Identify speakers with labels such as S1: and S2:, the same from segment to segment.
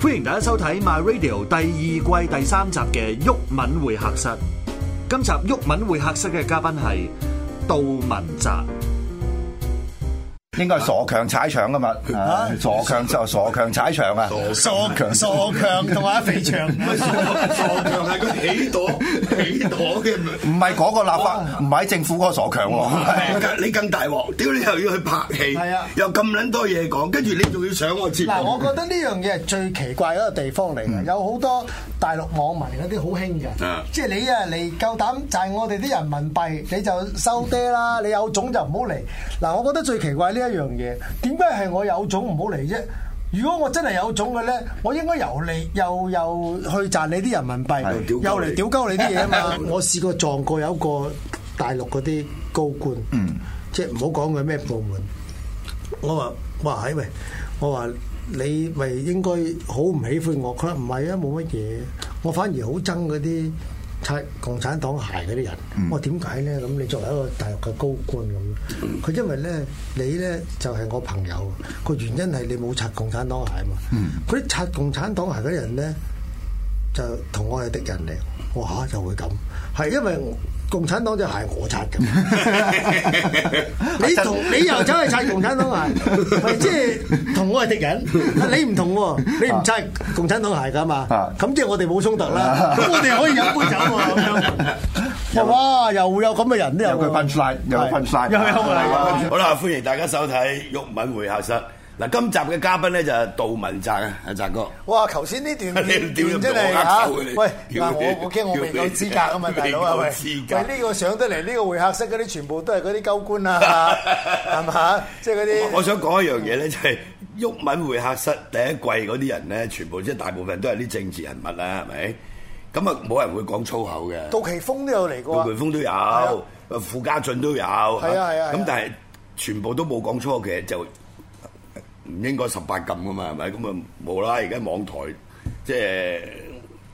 S1: 歡迎大家收睇 My Radio 第二季第三集嘅毓民會客室。今集毓民會客室嘅嘉賓係杜汶澤。
S2: 應該係傻強踩場噶嘛？啊傻強就傻強踩場啊！
S3: 傻強傻強同埋肥強，
S4: 傻強係佢起 朵起朵嘅，
S2: 唔係嗰個立法，唔係政府嗰個傻強
S3: 哦
S2: 喎。
S4: 你更你更大鑊，屌你又要去拍戲，
S3: 啊係啊
S4: 又咁撚多嘢講，跟住你仲要上我節
S3: 嗱，
S4: 目，
S3: 我覺得呢樣嘢係最奇怪嗰個地方嚟嘅，有好多大陸網民嗰啲好興嘅
S4: 嗯啊，
S3: 即係你啊嚟夠膽賺我哋啲人民幣，你就收爹
S4: 嗯
S3: 啦，你有種就唔好嚟。嗱，我覺得最奇怪呢一樣嘢，點解係我有種唔好嚟啫？如果我真係有種嘅咧，我應該由你又又去賺你啲人民幣，
S4: 係屌鳩你
S3: 又嚟屌鳩你啲嘢啊嘛！ 我試過撞過有一個大陸嗰啲高官，
S4: 嗯
S3: 即係唔好講佢咩部門。我話：哇，哎唉喂，我話你咪應該好唔喜歡我。佢話唔係啊，冇乜嘢，我反而好憎嗰啲擦共產黨鞋嗰啲人。我話點解咧？咁你作為一個大陸嘅高官咁，佢因為咧你咧就係、我朋友，個原因係你冇擦共產黨鞋啊嘛。佢啲擦共產黨鞋嗰啲人咧。就同我係敵人嚟。我嚇就會咁，係因為共產黨隻鞋我 擦嘅，你同你又走去擦共產黨 鞋，係即係同我係敵人。啊你唔同喎，你唔擦共產黨鞋㗎嘛
S2: 啊？
S3: 咁即係我哋冇衝 突啦，咁我哋可以飲杯酒喎咁樣。哇！又會有咁嘅人都有
S2: 有句
S3: 喎
S2: punchline，有句
S3: 係
S2: punchline
S3: 又有我嚟㗎。
S4: 好啦，歡迎大家收睇《玉敏會客室》。嗱，今集嘅嘉賓咧就係杜汶澤啊，阿澤 哥。
S3: 哇！頭先呢段
S4: 你屌
S3: 片
S4: 入
S3: 真
S4: 到
S3: 係
S4: 我
S3: 嚇，
S4: 握手嘅你
S3: 喂
S4: 屌
S3: 嗱，
S4: 你
S3: 我我驚我未
S4: 屌
S3: 夠
S4: 你
S3: 資格 啊嘛，大佬啊
S4: 未夠
S3: 喂，
S4: 資格
S3: 喂呢個上得嚟呢個會客室嗰啲全部都係嗰啲 鳩官啊，係嘛？即係嗰
S4: 我我
S3: 啲
S4: 想講一樣嘢咧，就係毓民會客室第一季嗰啲人咧，全部即係大部分都係啲政治人物啦，係咪？咁啊，冇人會講粗口嘅。
S3: 杜琪峰都有嚟過
S4: 杜
S3: 啊
S4: 培，峰都
S3: 啊
S4: 有，呃傅家俊都有，係
S3: 啊係啊係
S4: 咁
S3: 啊
S4: 但係全部都冇講粗口，其實就呃唔應該十八禁噶嘛，係咪？咁啊冇啦，而家網台即係呃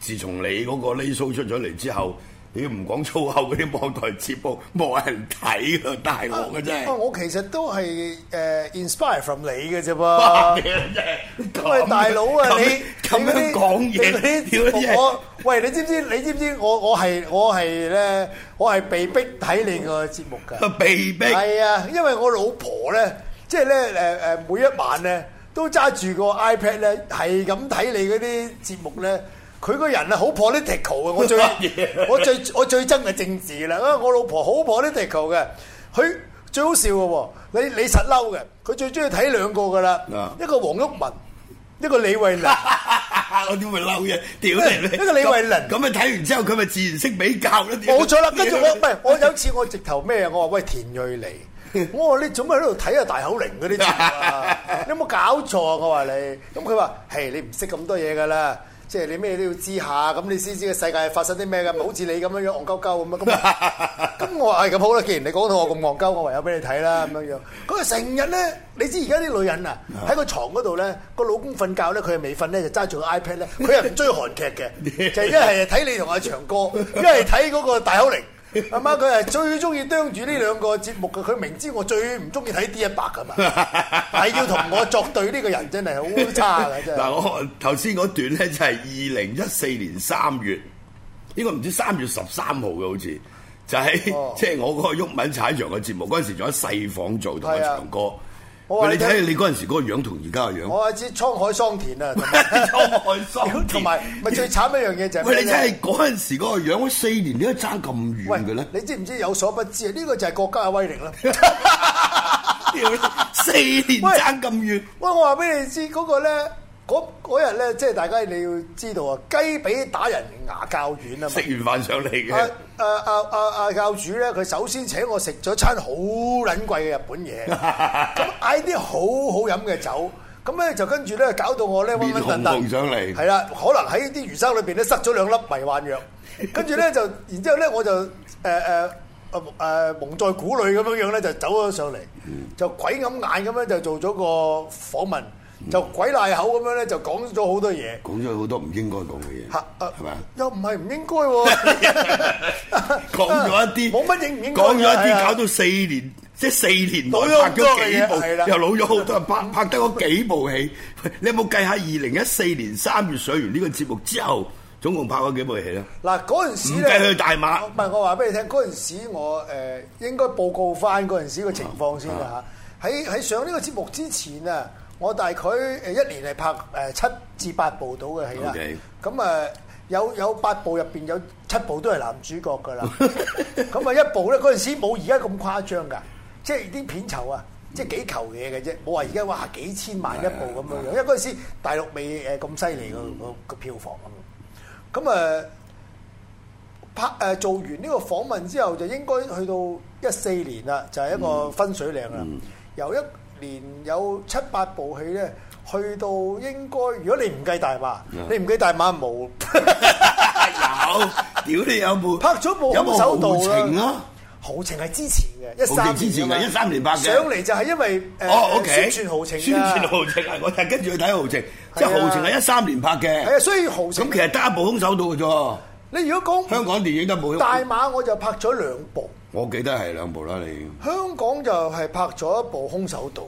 S4: 自從你嗰個 l i 出咗嚟之後，你唔講粗口嗰啲網台節目 冇人睇啊，大鑊嘅真
S3: 啊
S4: 係。
S3: 我其實都係誒 inspire from 你嘅啫
S4: 哇
S3: 噃。喂，大佬啊，你
S4: 咁
S3: 你
S4: 樣
S3: 嗰啲
S4: 講
S3: 你
S4: 嘢，
S3: 嗰
S4: 屌
S3: 啲
S4: 嘢！
S3: 我喂，你知唔知？你知唔知？我我係我係咧，我係被逼睇你個節目㗎。
S4: 被逼
S3: 係啊，因為我老婆咧，即係咧誒誒，每一晚咧都揸住個 iPad 咧，係咁睇你嗰啲節目咧。佢個人啊好 political 嘅，我最 我最我最憎係政治㗎啦。啊，我老婆好 political 嘅，佢最好笑嘅喎，你你實嬲嘅，佢最中意睇兩個㗎啦
S4: 啊，
S3: 一個黃毓民，一個 李慧玲。
S4: 啊我點會嬲嘅？屌你！
S3: 呢個李慧玲
S4: 咁啊睇完之後，佢咪自然識比較啦。屌
S3: 冇咗啦。跟住我唔 係，我有次我直頭咩啊？我話喂田瑞妮，我話你做咩喺度睇啊大口玲嗰啲節目啊？你有冇搞錯啊？我話你，咁佢話係你唔識咁多嘢㗎啦。即係你咩都要知下，咁你先知個世界發生啲咩㗎，唔係好似你咁樣樣戇鳩鳩咁啊！咁咁我話係咁好啦，既然你講到我咁戇鳩，我唯有俾你睇啦咁樣樣。佢話成日咧，你知而家啲女人啊，喺個床嗰度咧，個老公瞓覺咧，佢係未瞓咧，就揸住個 iPad 咧，佢係唔追韓劇嘅，就係一係睇你同阿長哥，一係睇嗰個大口玲。 阿媽佢係最中意啄住呢兩個節目嘅，佢明知我最唔中意睇 D 一百噶 嘛，係要同我作對呢個人真係好差嘅真
S4: 嗱，
S3: 係。
S4: 我頭先嗰段咧就係二零一四年三月，應該唔知三月十三號嘅好似，就喺
S3: 哦
S4: 即係我嗰個毓民踩場嘅節目嗰陣時，仲喺細房做同阿
S3: 係啊
S4: 長哥。
S3: 我話
S4: 喂
S3: 你
S4: 你睇下你嗰陣時嗰個樣同而家嘅樣，
S3: 我係知滄海桑田啊，同埋
S4: 滄海 桑田
S3: 同埋咪最慘一樣嘢就係咩
S4: 喂你
S3: 咧
S4: 真係嗰陣時嗰個樣，四年點解爭咁
S3: 喂
S4: 遠嘅咧，？
S3: 你知唔知有所不知啊？呢、個就係國家嘅威 力啦。
S4: 屌你四年
S3: 喂
S4: 爭咁遠。
S3: 喂，我話俾你知嗰、個咧，嗰嗰日咧，即係大家你要知道啊，雞髀打人牙較軟啊嘛。
S4: 食完飯上嚟
S3: 啊
S4: 嘅，
S3: 啊啊啊啊！教主咧，佢首先請我食咗餐好撚貴嘅日本 嘢，咁嗌啲好好飲嘅酒，咁咧就跟住咧搞到我咧
S4: 面
S3: 暈
S4: 紅
S3: 暈頓頓
S4: 紅上嚟
S3: 係啦，可能喺啲魚生裏邊咧塞咗兩粒 迷幻藥，跟住咧就，然之後咧我就誒誒誒誒蒙在鼓裏咁樣樣咧就走咗上嚟，就鬼揞眼咁樣就做咗個訪問，就鬼賴口咁樣咧就講咗好多嘢。
S4: 講咗好多唔應該講嘅嘢，
S3: 嚇啊
S4: 係咪？
S3: 又唔係唔應 該喎，
S4: 講咗一啲，
S3: 冇乜應唔應該
S4: 講咗一
S3: 係啊
S4: 啲，搞到四年即係四年內
S3: 老咗好
S4: 拍
S3: 多
S4: 咗幾
S3: 嘅嘢係啦
S4: 部，又老咗好多，拍拍得嗰幾部戲。 喂你有冇計下二零一四年三月上完呢個節目之後，總共拍咗幾部戲咧？
S3: 嗱嗰陣時
S4: 唔
S3: 咧，
S4: 計佢大馬
S3: 我唔係我話俾你聽，嗰陣時我誒、呃、應該報告翻嗰陣時個情況先
S4: 啊
S3: 啦嚇。喺喺上呢個節目之前啊，我大概誒一年係拍誒、呃七至八部到嘅戲啦
S4: OK。
S3: 咁啊有有八部入邊有七部都係男主角 㗎啦。咁啊一部咧嗰陣時冇而家咁誇張㗎，即係啲片酬啊。即係幾球嘢嘅啫，冇話而家哇幾千萬一部咁樣樣，因為嗰陣時大陸未誒咁犀利個個個票房咁。咁誒、呃拍誒、呃做完呢個訪問之後，就應該去到一四年啦，就係、一
S4: 嗯
S3: 個分水嶺啦。由一年有七八部戲咧，去到應該，如果你唔計大
S4: 啊
S3: 馬，你唔計大 馬冇
S4: 有， 屌你有冇
S3: 哎拍咗部
S4: 有
S3: 空
S4: 冇
S3: 手道
S4: 豪
S3: 啦
S4: 情啊？
S3: 豪情係之前嘅，一三
S4: 豪情之前
S3: 年啊嘛
S4: 嘅13年拍嘅
S3: 上嚟就係因為誒、呃
S4: 哦，OK，
S3: 宣傳豪情啊
S4: 宣傳豪情啊！我係跟住去睇豪情，即係
S3: 係啊
S4: 豪情係一三年拍
S3: 係啊，
S4: 嘅，
S3: 所以豪情
S4: 咁其實得一部空手道嘅啫。
S3: 你如果講
S4: 香港電影得冇
S3: 大馬，我就拍咗兩部。
S4: 我記得係兩部啦，你
S3: 香港就係拍咗一部《空手道》，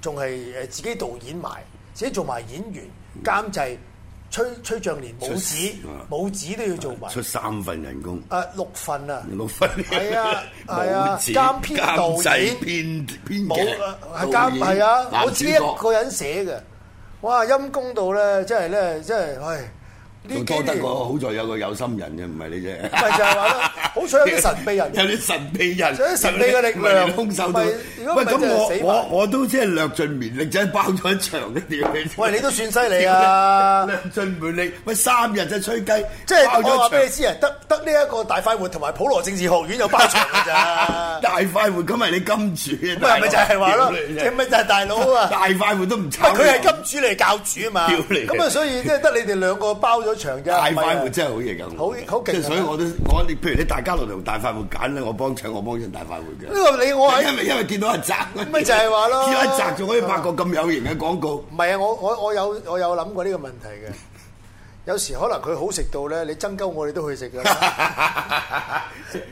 S3: 仲係誒自己導演埋，自己做埋演員、監製、吹吹像連武指嗯
S4: 出啊、
S3: 武指都要做埋，
S4: 出嗯三份人工，
S3: 誒六份啊，
S4: 六份
S3: 係啊係
S4: 冇
S3: 啊
S4: 錢
S3: 監編導演
S4: 監製編編
S3: 冇
S4: 劇
S3: 啊係
S4: 導
S3: 監
S4: 演
S3: 係啊，
S4: 男
S3: 我
S4: 主
S3: 自己
S4: 角
S3: 一個人寫嘅，哇陰公到咧，真係咧，真係，唉呢
S4: 仲
S3: 幾
S4: 多得
S3: 年
S4: 個，好在有個有心人嘅，唔係你啫。
S3: 咪就係話咯，好彩有啲神秘 人
S4: 有啲神秘人，
S3: 有啲神秘嘅力量
S4: 唔係你空手道。
S3: 咪如果
S4: 喂，
S3: 唔係
S4: 咁
S3: 真係
S4: 我
S3: 死埋
S4: 我我都即係略盡綿力，真係包咗一場嘅屌你！
S3: 喂你都算犀利 啊！
S4: 略盡綿力，喂三日就吹雞，
S3: 即係
S4: 包
S3: 我話
S4: 咗
S3: 俾
S4: 一
S3: 你
S4: 場。
S3: 知啊，得得呢一個大快活同埋普羅政治學院有包場㗎咋。
S4: 大快活咁係你金主啊！
S3: 咁咪咪就係話
S4: 屌
S3: 咯，
S4: 你
S3: 即咪就係大佬啊！
S4: 大快活都唔
S3: 喂
S4: 炒你。
S3: 佢係金主，你係教主啊嘛。
S4: 屌你
S3: 咁啊，所以即係得你哋兩個包咗場啫。
S4: 大快
S3: 唔係
S4: 活
S3: 啊
S4: 真係好嘢咁，
S3: 好好勁啊
S4: 即係所以我都我你譬如你大家樂同大快活揀咧，我幫襯我幫襯大快活嘅。
S3: 啊呢個你我喺
S4: 因為因為見到阿澤，
S3: 咪就係話咯
S4: 見到阿澤仲可以拍個咁有型嘅廣告，
S3: 唔係啊！我我我有我有諗過呢個問題嘅。有時可能佢好食到咧，你爭鳩我哋都去食㗎啦。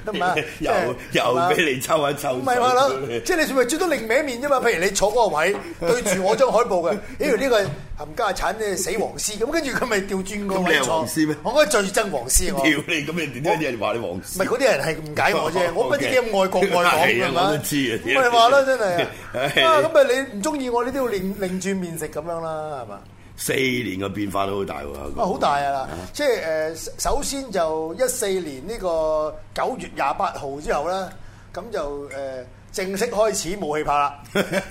S3: 得唔得啊
S4: 又
S3: 即
S4: 又
S3: 係
S4: 俾你抽一抽。
S3: 唔係話咯，即係你咪最多另歪面啫嘛。譬如你坐嗰個位對住我張海 報嘅，咦呢個冚家產咧死黃絲咁，跟住佢咪調轉個
S4: 咁你
S3: 位
S4: 係
S3: 坐。
S4: 黃絲咩
S3: 我覺得最憎黃絲啊
S4: 屌
S3: 我。
S4: 你咁你點解你話你黃
S3: 唔
S4: 絲
S3: 係？嗰啲人係誤解我啫，我不知幾咁愛國愛港
S4: 係啊
S3: 㗎嘛。
S4: 我都知啊
S3: 咁咪話啦，真係
S4: 係
S3: 啊，啊咁咪你唔中意我，你都要另另轉面食咁樣啦，係嘛？
S4: 四年嘅變化都好大喎。
S3: 啊， 好大啊啦！即係誒，首先就一四年呢個九月廿八號之後咧，咁就誒正式開始冇戲 拍啦。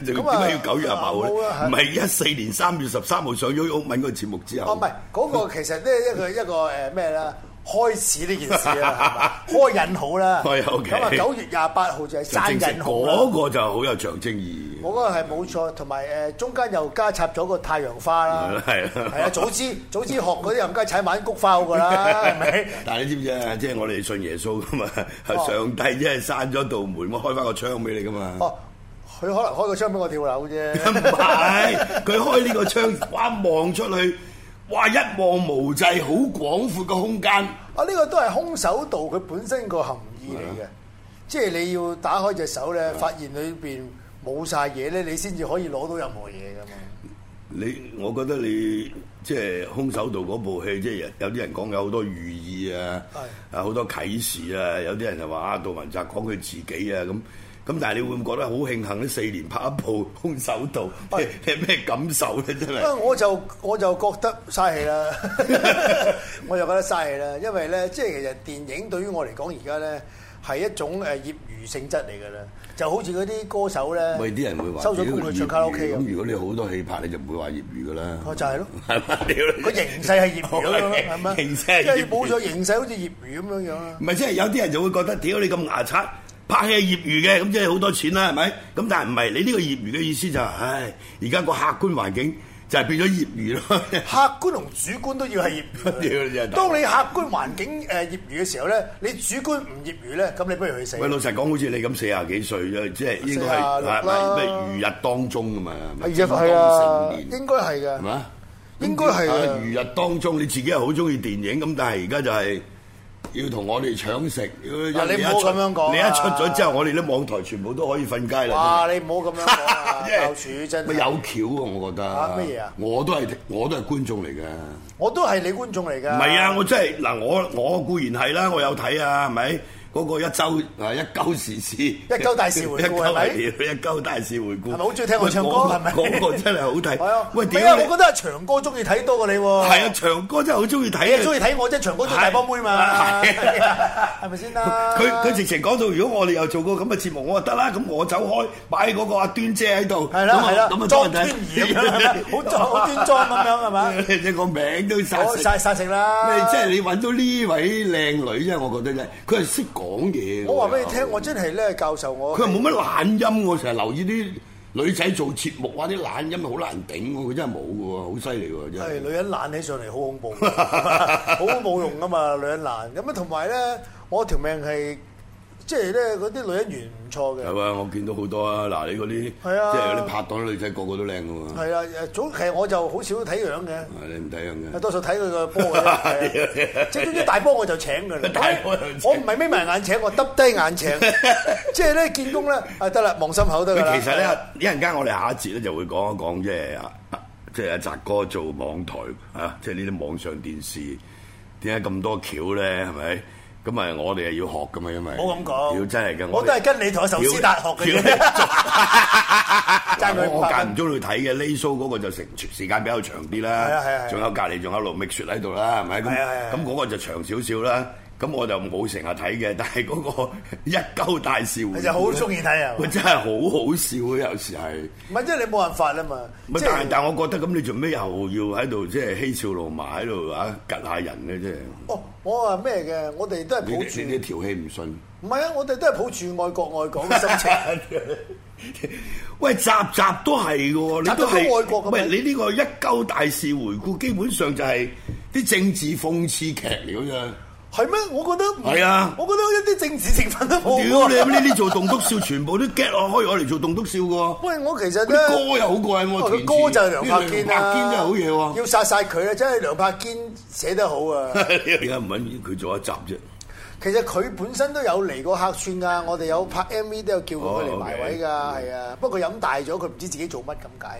S4: 點
S3: 咁啊
S4: 解要九月廿八號咧？
S3: 冇啊
S4: 唔係一四年三月十三號上咗澳文個節目之後。
S3: 哦，唔係嗰個其實咧一個一個誒咩啦，開始呢件 事啦，係嘛開引號啦。
S4: 開，OK
S3: 咁啊，九月廿八號就係山
S4: 正式
S3: 引號啦
S4: 嗰個就好有象徵意義。
S3: 我嗰個係冇錯，同埋誒中間又加插咗個太陽花啦，
S4: 係啊
S3: 係啊，早知早知學嗰啲冚家踩玩菊花好過 啦，係啊咪？
S4: 但係你知唔知啊？即係我哋信耶穌噶嘛，係
S3: 哦
S4: 上帝即係閂咗道門，我開翻個窗俾你噶嘛。
S3: 哦，佢可能開個窗俾我跳樓啫，
S4: 唔 係，佢開呢個窗，哇望出去，哇一望無際，好廣闊嘅空間。
S3: 啊呢個都係空手道佢本身個含義嚟嘅，即係你要打開隻手咧，發現裏邊冇晒嘢咧，你先至可以攞到任何嘢噶嘛。
S4: 你我覺得你即係空手道嗰部戲，即係有啲人講有好多寓意啊，
S3: 係
S4: 啊好多啟示啊，有啲人就話啊杜汶澤講佢自己啊咁。咁但係你會唔會覺得好慶幸呢四年拍一部空手道，
S3: 喂
S4: 你係咩感受咧？真
S3: 啊！
S4: 係
S3: 我就我就覺得嘥氣啦， 我就覺得嘥氣啦，因為咧，即係其實電影對於我嚟講，而家咧係一種誒業餘性質嚟㗎啦，就好似嗰啲歌手咧，
S4: 喂啲人會話
S3: 收咗工
S4: 屌
S3: 佢唱卡拉 OK
S4: 業餘咁
S3: 咁，
S4: 如果你好多戲拍，你就唔會話業餘噶啦。
S3: 我就係咯，
S4: 係嘛？屌你
S3: 個形勢係業餘 咁樣，係咪？
S4: 哦形
S3: 即
S4: 勢係業餘
S3: 係冇咗形勢，好似業餘咁樣樣啊啦。
S4: 唔係，即係有啲人就會覺得，屌你咁牙刷，拍戲係業餘嘅，咁即係好多錢啦，係咪？咁但係唔係你呢個業餘嘅意思就係、唉，而家個客觀環境就係變咗業餘咯。
S3: 客觀同主觀都要係業
S4: 屌你
S3: 餘
S4: 真係
S3: 嘅。當你客觀環境誒業餘嘅時候咧，你主觀唔業餘咧，咁你不如去死。
S4: 喂，老實講，好似你咁四廿幾歲，即係應該
S3: 46
S4: 係
S3: 啦
S4: 係咪咩如日當中啊嘛？咪
S3: 係啊，係啊
S4: 當盛，年
S3: 應該係
S4: 係
S3: 嘅。
S4: 嘛？
S3: 應該係啊
S4: 啊如日當中，你自己係好中意電影咁，但係而家就係要同我哋搶食。
S3: 嗱
S4: 嗱
S3: 你唔好咁樣講啊
S4: 你一出咗之後，我哋啲網台全部都可以瞓街啦。
S3: 哇！你唔好咁樣講 啊，
S4: 因為
S3: 教主真
S4: 咪
S3: 係
S4: 有橋啊！我覺得
S3: 啊乜嘢啊
S4: 我都係我都係觀眾嚟嘅。
S3: 我都係你觀眾嚟㗎。
S4: 唔係啊！我真係嗱，我我固然係啦，我有睇啊，係咪？嗰個一週啊，一鳩時事，一
S3: 鳩大事回顧係咪
S4: 一鳩係一鳩大事回顧，
S3: 係咪好中意聽我唱歌
S4: 喂嗰個
S3: 係咪
S4: 嗰個真係好
S3: 係
S4: 睇
S3: 啊。，
S4: 喂，
S3: 唔係啊
S4: 屌你
S3: 我覺得阿長哥中意睇多過你喎。
S4: 係啊，長哥真係好中意睇
S3: 你
S4: 啊
S3: 中意睇我啫，長哥做大波妹嘛，
S4: 係啊
S3: 係咪先啦？
S4: 佢佢直情講到，如果我哋又做過咁嘅節目，我話得啦，咁我走開，擺嗰個阿端姐喺度，
S3: 係啦
S4: 咁啊
S3: 係啦
S4: 咁啊
S3: 裝
S4: 多人
S3: 端
S4: 睇
S3: 儀咁樣係 咪好裝好端莊咁樣係嘛？
S4: 你個名都殺
S3: 我
S4: 死
S3: 殺殺食啦！
S4: 你即係你揾到呢位靚女啫，我覺得真係，佢係識講嘢。
S3: 我話俾你聽，我真係咧教授我
S4: 佢又冇乜懶音，我成日留意啲女仔做節目，哇！啲懶音好難頂喎，佢真係冇嘅喎，好犀利喎，真
S3: 係女
S4: 係。
S3: 人爛起上嚟好恐 怖，好冇用噶嘛，女人爛咁啊，同埋咧我條命係即係咧嗰啲女人緣唔錯嘅
S4: 係。啊，我見到好多啊！嗱，你嗰啲
S3: 係啊
S4: 即係你拍檔啲女仔個個都靚嘅喎。
S3: 係啊，誒早期我就好少睇樣嘅，
S4: 啊你唔睇樣嘅。
S3: 多數睇佢個波 嘅啫係啊。即係總之大波我就請佢啦。
S4: 大波就請
S3: 我唔係眯埋眼請，我耷低 眼請。即係咧見工咧，啊得啦，望心口得
S4: 喂
S3: 㗎，啦。啊
S4: 其實咧，一陣間我哋下一節咧就會講一講，即係啊，即係阿澤哥做網台啊，即係呢啲網上電視點解咁多橋咧？係咪？咁啊，我哋係要學噶嘛，因為
S3: 冇咁講，
S4: 要真係嘅，
S3: 我
S4: 哋
S3: 都係跟你同阿壽司達學嘅啫。 爭佢
S4: 我我
S3: 五百
S4: 間
S3: 蚊
S4: 唔中去睇嘅呢 show 嗰個就成時間比較長啲啦，
S3: 係啊係啊係啊
S4: 仲有隔離仲有盧覓雪喺度啦，係咪？咁
S3: 係啊係啊
S4: 咁嗰個就長少少啦，咁我就冇成日睇嘅，但係嗰個一鳩大笑，
S3: 你就好中意睇啊
S4: 佢真係好好笑啊！有時係，
S3: 唔係即係你冇辦法啦嘛。
S4: 咪
S3: 即
S4: 但係
S3: 係
S4: 但係我覺得咁你做咩又要喺度即係嬉笑怒罵喺度啊吉下人咧？即係
S3: 哦，我話咩嘅？我哋都係
S4: 你
S3: 抱
S4: 哋你哋
S3: 住
S4: 條氣唔順。
S3: 唔係啊！我哋都係抱住愛國愛港嘅心情。
S4: 喂，集集都係嘅喎，你
S3: 集集都
S4: 係
S3: 愛國㗎嘛啊
S4: 喂，你呢個一鳩大事回顧，基本上就係啲政治諷刺劇嚟嘅啫。
S3: 係咩？我覺得唔
S4: 係啊
S3: 我覺得一啲政治成分都冇
S4: 屌你
S3: 喎。
S4: 呢啲做棟篤笑，全部都 get 我開我嚟做棟篤笑嘅喎。
S3: 喂，我其實
S4: 嗰
S3: 咧
S4: 啲歌又好過癮喎，
S3: 哦
S4: 填詞
S3: 佢歌就係梁柏
S4: 啊
S3: 堅啊
S4: 呢個梁柏堅真係好 嘢
S3: 要殺殺佢啊！真係梁柏堅寫得好 啊！
S4: 喎。你而家唔揾佢做一集啫。
S3: 其實佢本身都有嚟過客串㗎，我哋有拍 MV 都有叫過佢嚟埋位㗎，係、
S4: 哦，OK
S3: 啊。不過飲大咗，佢唔知自己做乜咁解嘅。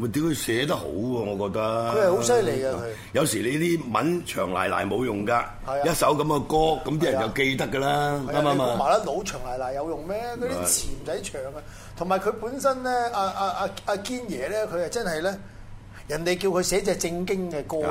S4: 喂，屌佢寫得好喎，我覺得。
S3: 佢係好犀利嘅佢
S4: 有時你啲文長賴賴冇用㗎
S3: 係啊，
S4: 一首咁嘅歌，咁啲
S3: 係
S4: 人
S3: 啊
S4: 就記得㗎啦，啱唔
S3: 係啊，你
S4: 啱
S3: 個
S4: 啊
S3: 麻？甩佬長賴賴有用咩？嗰啲詞唔使長啊。同埋佢本身咧，阿阿阿阿堅爺咧，佢係真係咧，人哋叫佢寫隻正經嘅歌嘅，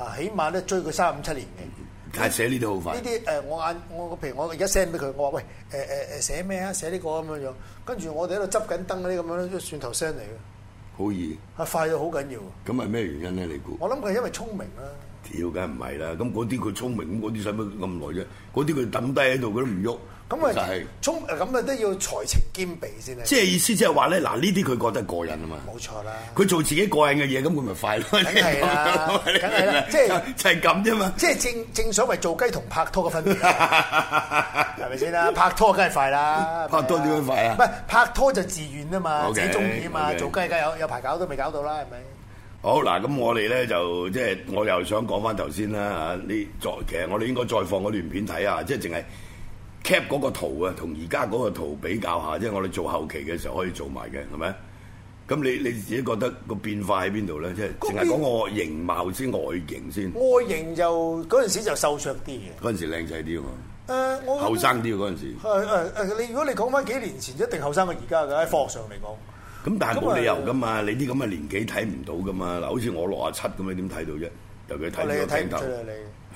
S3: 啊，起碼咧追佢三五七年嘅。
S4: 但係寫呢啲好快
S3: 呢。啲誒，我眼我譬如我而家 send 俾佢，我話喂誒誒誒寫咩啊？寫呢個咁樣樣，跟住我哋喺度執緊燈嗰啲咁樣咧，蒜頭聲嚟嘅，
S4: 好易，
S3: 啊快到好緊要。
S4: 咁係咩原因咧？你估？
S3: 我諗佢係因為聰明啦，
S4: 屌，梗係唔係啦？咁嗰啲佢聰明，咁嗰啲使乜咁耐啫？嗰啲佢抌低喺度，佢都唔喐。
S3: 咁
S4: 就
S3: 啊
S4: 係，
S3: 聰咁啊都要才情兼備先啊，
S4: 即係意思即係話咧，嗱呢啲佢覺得過癮啊嘛。
S3: 冇錯啦。
S4: 佢做自己過癮嘅嘢，咁佢咪快咯？梗
S3: 係 啦
S4: 你明唔
S3: 梗係
S4: 明
S3: 啦
S4: 啊
S3: 即係
S4: 就係咁啫嘛。
S3: 即係正正所謂做雞同拍拖嘅分 別啊，係咪先啦？拍拖梗係快啦，
S4: 拍拖點樣快啊
S3: 唔係拍拖就自願啊嘛，自
S4: OK，
S3: 己中意啊嘛，
S4: OK
S3: 做雞梗係有有排搞都未搞到啦，係咪？
S4: 好嗱，咁我哋咧就即係我又想講翻頭先啦嚇，呢再其實我哋應該再放嗰段片睇下，即係淨係 cap 嗰個圖啊，同而家嗰個圖比較下，即係我哋做後期嘅時候可以做埋嘅，係咪？咁你你自己覺得個變化喺邊度咧？即係淨係講我形貌先，外形先，
S3: 外形就嗰陣時就瘦削啲嘅，
S4: 嗰陣時靚仔啲啊嘛，
S3: 誒、我覺得
S4: 後生啲啊嗰陣時。
S3: 誒誒誒，你如果你講翻幾年前，一定後生過而家嘅喺科學上嚟講。
S4: 咁但係冇理由噶
S3: 咁啊
S4: 嘛，你啲咁嘅年紀睇唔到噶嘛。嗱，好似我六啊七咁，你點睇到啫？尤其睇
S3: 哦你
S4: 呢個
S3: 睇
S4: 鏡
S3: 唔
S4: 頭
S3: 出，啦，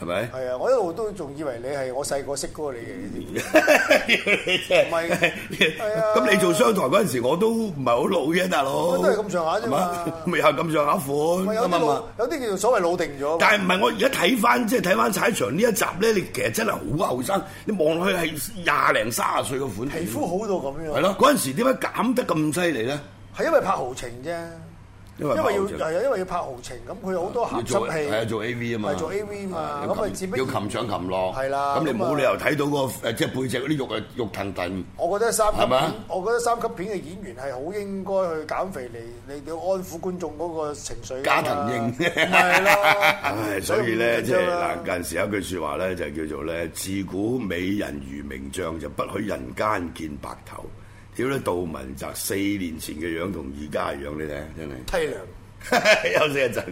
S3: 你
S4: 係咪？
S3: 係啊！我一路都仲以為你係我細個識嗰個你嚟嘅，唔係係 啊
S4: 咁你做商台嗰陣時，我都唔係好老啫，大佬。
S3: 我都係咁上下啫嘛
S4: 係咪又係咁上下款，
S3: 我有
S4: 啱唔
S3: 啲
S4: 啱
S3: 老？有啲叫做所謂老定咗。
S4: 但係唔係我而家睇翻，即係睇翻踩場呢一集咧，你其實真係好後生，你望落去係廿零卅歲嘅款。
S3: 皮膚好到咁樣，
S4: 係咯，嗰陣時點解減得咁犀利咧？
S3: 係因為拍豪情啫。
S4: 因為
S3: 因
S4: 拍
S3: 為要
S4: 豪情
S3: 係啊因為要拍豪情，咁佢好多鹹
S4: 做
S3: 濕戲，
S4: 係啊做 A V 啊嘛，
S3: 係做 AV 嘛
S4: 啊
S3: 咁咪
S4: 要
S3: 自
S4: 擒
S3: 不
S4: 要擒上擒落，
S3: 係啦
S4: 咁你
S3: 咁啊
S4: 冇理由睇到嗰個誒即係背脊嗰啲肉啊肉騰騰，
S3: 我覺得三級
S4: 係咪
S3: 片
S4: 啊，
S3: 我覺得三級片嘅演員係好應該去減肥嚟嚟到安撫觀眾嗰個情緒㗎嘛。
S4: 加藤英
S3: 啊 係
S4: 唉
S3: 咯，
S4: 所以咧即係嗱，有
S3: 緊。
S4: 陣時有一句説話咧就叫做咧，自古美人如名將，就不許人間見白頭。屌你杜汶澤四年前嘅樣同而家嘅樣，你睇下真係
S3: 淒涼。
S4: 休息一陣。